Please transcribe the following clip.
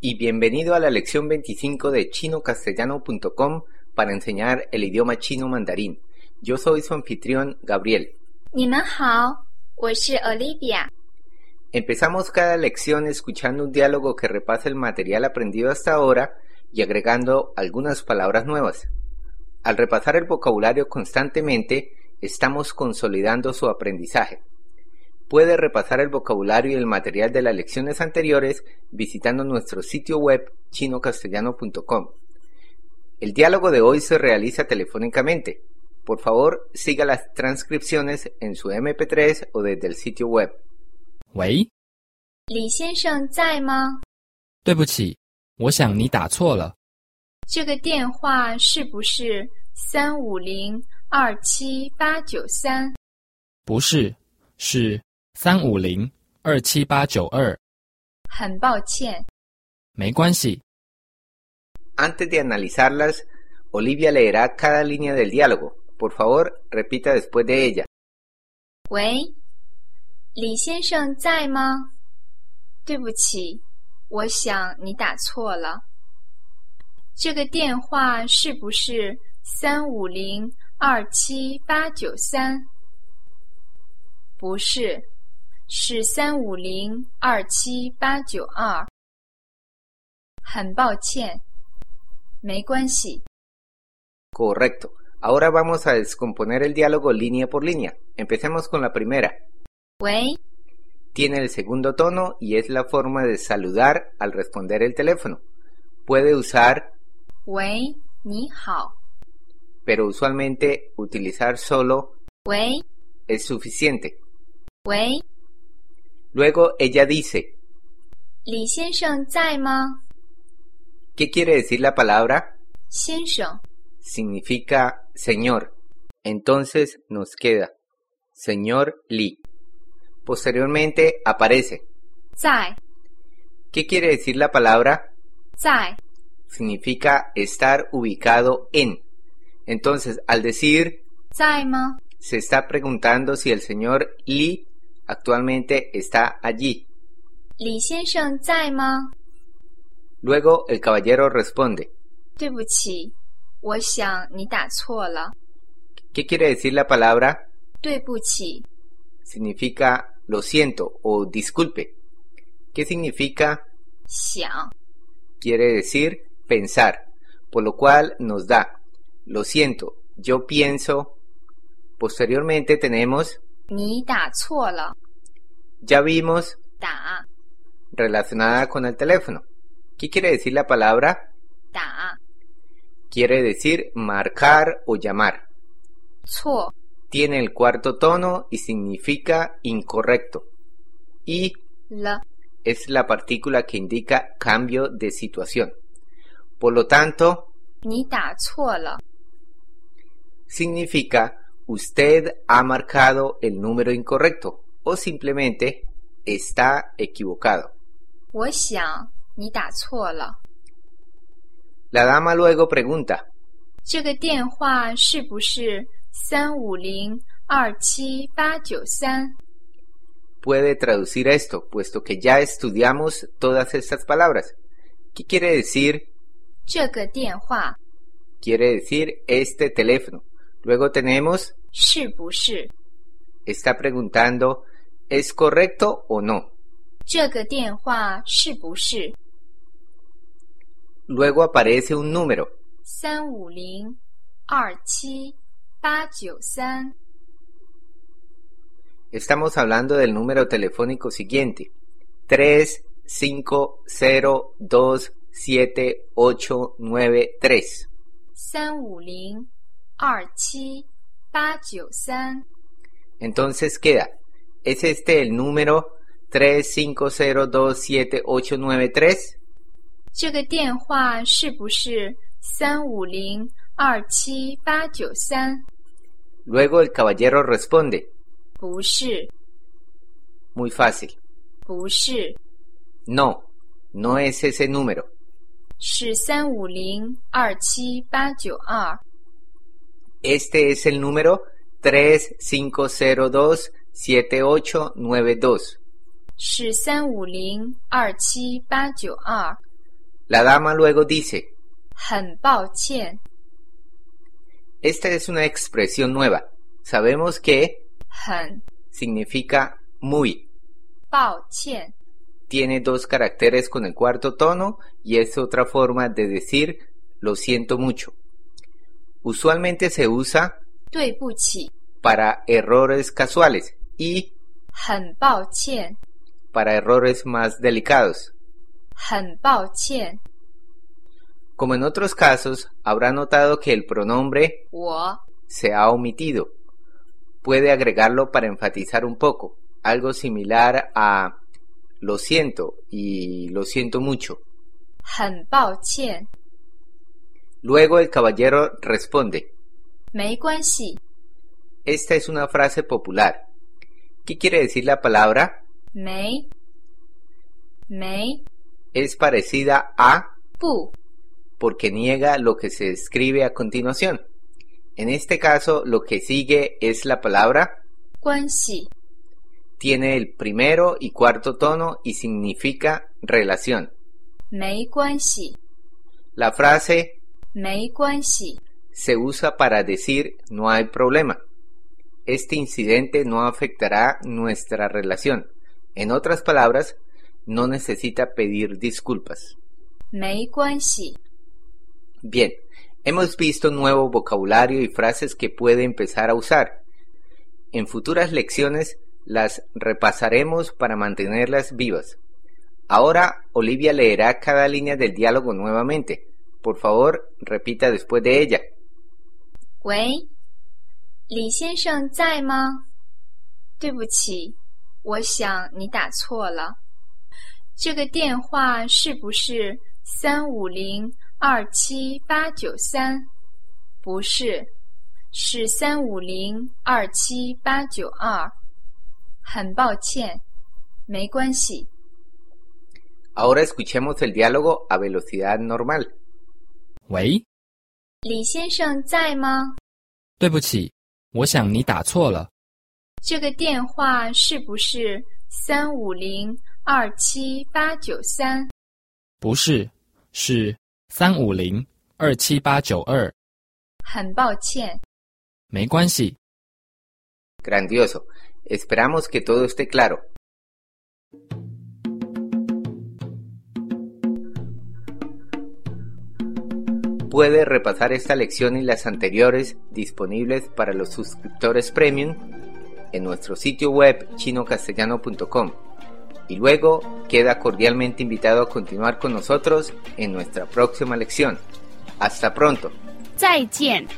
y bienvenido a la lección 25 de chinocastellano.com para enseñar el idioma chino mandarín. Yo soy su anfitrión Gabriel. 你们好，我是 Olivia。 Empezamos cada lección escuchando un diálogo que repasa el material aprendido hasta ahora y agregando algunas palabras nuevas. Al repasar el vocabulario constantemente, estamos consolidando su aprendizaje. Puede repasar el vocabulario y el material de las lecciones anteriores visitando nuestro sitio web chinocastellano.com. El diálogo de hoy se realiza telefónicamente. Por favor, siga las transcripciones en su MP3 o desde el sitio web. 喂，李先生在吗？对不起，我想你打错了。这个电话是不是三五零二七八九三？不是，是三五零二七八九二，很抱歉，没关系。 Antes de analizarlas, Olivia leerá cada línea del diálogo. Por favor, repita después de ella. 喂，李先生在吗？对不起，我想你打错了。这个电话是不是三五零二七八九三？不是，是三五零二七八九二。很抱歉，没关系。 Correcto. Ahora vamos a descomponer el diálogo línea por línea. Empecemos con la primera. 喂， Tiene el segundo tono y es la forma de saludar al responder el teléfono. Puede usar, 喂，你好。 pero usualmente utilizar solo 喂， es suficiente. 喂， Luego ella dice, 李先生在吗？ ¿qué quiere decir la palabra? 先生， significa Señor. Entonces nos queda Señor Li. Posteriormente aparece. 在 ¿Qué quiere decir la palabra? 在 Significa estar ubicado en. Entonces, al decir, 在吗？ se está preguntando si el señor Li actualmente está allí. 李先生在吗？ Luego el caballero responde. 对不起，我想你打错了。 ¿Qué quiere decir la palabra? 对不起， Significa lo siento o disculpe. ¿Qué significa? 想 quiere decir pensar, por lo cual nos da, lo siento, yo pienso. Posteriormente tenemos, 你打错了， ya vimos, 打 relacionada con el teléfono. ¿Qué quiere decir la palabra? 打 Quiere decir marcar o llamar. 错 Tiene el cuarto tono y significa incorrecto. Y 了， es la partícula que indica cambio de situación. Por lo tanto, 你打错了。 significa usted ha marcado el número incorrecto o simplemente está equivocado. 我想你打错了。 La dama luego pregunta, 这个电话是不是三五零二七八九三？ puede traducir esto, puesto que ya estudiamos todas estas palabras. ¿Qué quiere decir? 这个电话 Quiere decir este teléfono. Luego tenemos, 是不是？ está preguntando, ¿es correcto o no? 这个电话是不是 Luego aparece un número. 三五零二七八九三？ Estamos hablando del número telefónico siguiente: 3502789. 三五零二七八九三， Entonces queda: ¿es este el número 3502789? 这个电话是不是三五零二七八九三？ Luego el caballero responde: 不是， Muy fácil. 不是， No, no es ese número. 是三五零二七八九二。 Este es el número 35027892. 是三五零二七八九二， La dama luego dice, 很抱歉， esta es una expresión nueva. Sabemos que 很 significa muy. 抱歉， Tiene dos caracteres con el cuarto tono y es otra forma de decir lo siento mucho. Usualmente se usa 对不起， para errores casuales y 很抱歉， para errores más delicados. 很抱歉， Como en otros casos, habrá notado que el pronombre 我 se ha omitido. Puede agregarlo para enfatizar un poco, algo similar a lo siento y lo siento mucho. 很抱歉， Luego el caballero responde. 没关系， Esta es una frase popular. ¿Qué quiere decir la palabra? 没没 Es parecida a 不 porque niega lo que se escribe a continuación. En este caso, lo que sigue es la palabra, 关系， tiene el primero y cuarto tono y significa relación. 没关系， La frase 没关系， se usa para decir no hay problema. Este incidente no afectará nuestra relación. En otras palabras, no necesita pedir disculpas. 没关系， Bien, hemos visto nuevo vocabulario y frases que puede empezar a usar. En futuras lecciones las repasaremos para mantenerlas vivas. Ahora Olivia leerá cada línea del diálogo nuevamente. Por favor, repita después de ella. 喂，李先生在吗？对不起，我想你打错了。这个电话是不是三五零二七八九三？不是，是三五零二七八九二。很抱歉，没关系。 Ahora escuchemos el diálogo a velocidad normal. 喂，李先生在吗？对不起，我想你打错了。这个电话是不是三五零二七八九三？不是，是三五零二七八九二。很抱歉，没关系， Grandioso. Esperamos que todo esté claro. Puede repasar esta lección y las anteriores disponibles para los suscriptores premium en nuestro sitio web chinocastellano.com. Y luego queda cordialmente invitado a continuar con nosotros en nuestra próxima lección. Hasta pronto. 再见。